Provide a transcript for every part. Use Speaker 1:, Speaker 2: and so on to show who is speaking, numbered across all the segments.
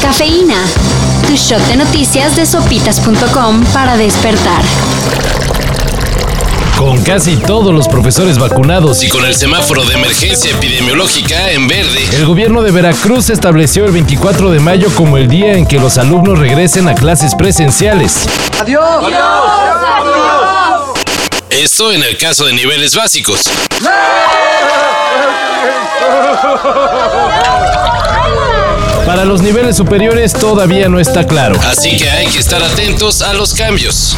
Speaker 1: Cafeína. Tu shot de noticias de sopitas.com para despertar.
Speaker 2: Con casi todos los profesores vacunados y con el semáforo de emergencia epidemiológica en verde, el gobierno de Veracruz estableció el 24 de mayo como el día en que los alumnos regresen a clases presenciales.
Speaker 3: ¡Adiós! ¡Adiós!
Speaker 2: Esto en el caso de niveles básicos. Para los niveles superiores todavía no está claro. Así que hay que estar atentos a los cambios.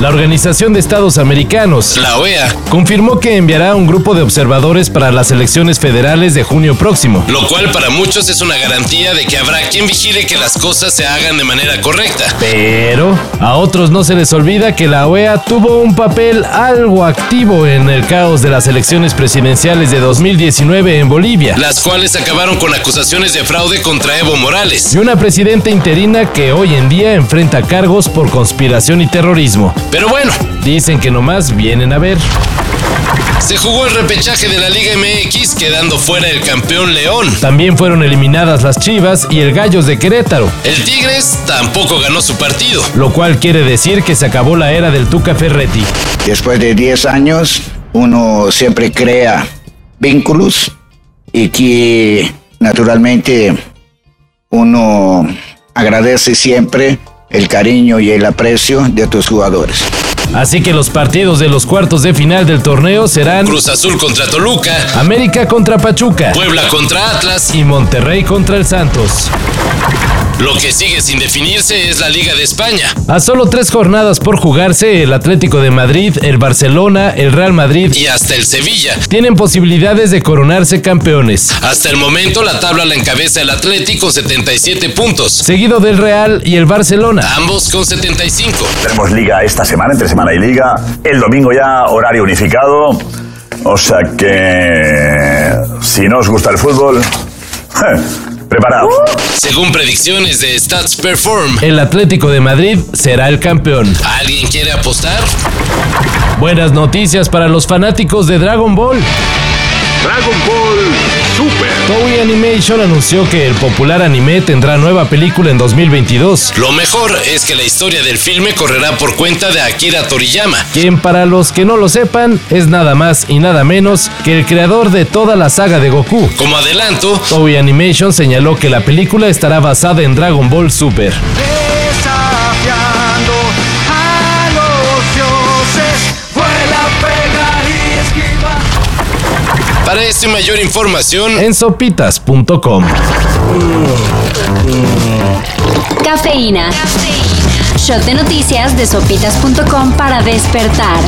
Speaker 2: La Organización de Estados Americanos, la OEA, confirmó que enviará un grupo de observadores para las elecciones federales de junio próximo. Lo cual para muchos es una garantía de que habrá quien vigile que las cosas se hagan de manera correcta. Pero a otros no se les olvida que la OEA tuvo un papel algo activo en el caos de las elecciones presidenciales de 2019 en Bolivia. Las cuales acabaron con acusaciones de fraude contra Evo Morales. Y una presidenta interina que hoy en día enfrenta cargos por conspiración y terrorismo. Pero bueno, dicen que nomás vienen a ver. Se jugó el repechaje de la Liga MX quedando fuera el campeón León. También fueron eliminadas las Chivas y el Gallos de Querétaro. El Tigres tampoco ganó su partido. Lo cual quiere decir que se acabó la era del Tuca Ferretti.
Speaker 4: Después de 10 años, uno siempre crea vínculos y que naturalmente uno agradece siempre el cariño y el aprecio de tus jugadores.
Speaker 2: Así que los partidos de los cuartos de final del torneo serán Cruz Azul contra Toluca, América contra Pachuca, Puebla contra Atlas y Monterrey contra el Santos. Lo que sigue sin definirse es la Liga de España. A solo tres jornadas por jugarse, el Atlético de Madrid, el Barcelona, el Real Madrid y hasta el Sevilla tienen posibilidades de coronarse campeones. Hasta el momento la tabla la encabeza el Atlético 77 puntos, seguido del Real y el Barcelona, ambos con 75.
Speaker 5: Tenemos liga esta semana, entre semana y liga. El domingo ya horario unificado. O sea que si no os gusta el fútbol, preparaos.
Speaker 2: Según predicciones de Stats Perform, el Atlético de Madrid será el campeón. ¿Alguien quiere apostar? Buenas noticias para los fanáticos de Dragon Ball.
Speaker 6: Dragon Ball Super.
Speaker 2: Toei Animation anunció que el popular anime tendrá nueva película en 2022,
Speaker 7: Lo mejor es que la historia del filme correrá por cuenta de Akira Toriyama.
Speaker 2: quien para los que no lo sepan es nada más y nada menos que el creador de toda la saga de Goku.
Speaker 7: Como adelanto,
Speaker 2: Toei Animation señaló que la película estará basada en Dragon Ball Super.
Speaker 3: Desafiando a los dioses, vuela, pega y esquiva.
Speaker 7: para esta
Speaker 2: este
Speaker 7: y mayor información,
Speaker 2: En sopitas.com.
Speaker 1: Cafeína. Shot de noticias de sopitas.com para despertar.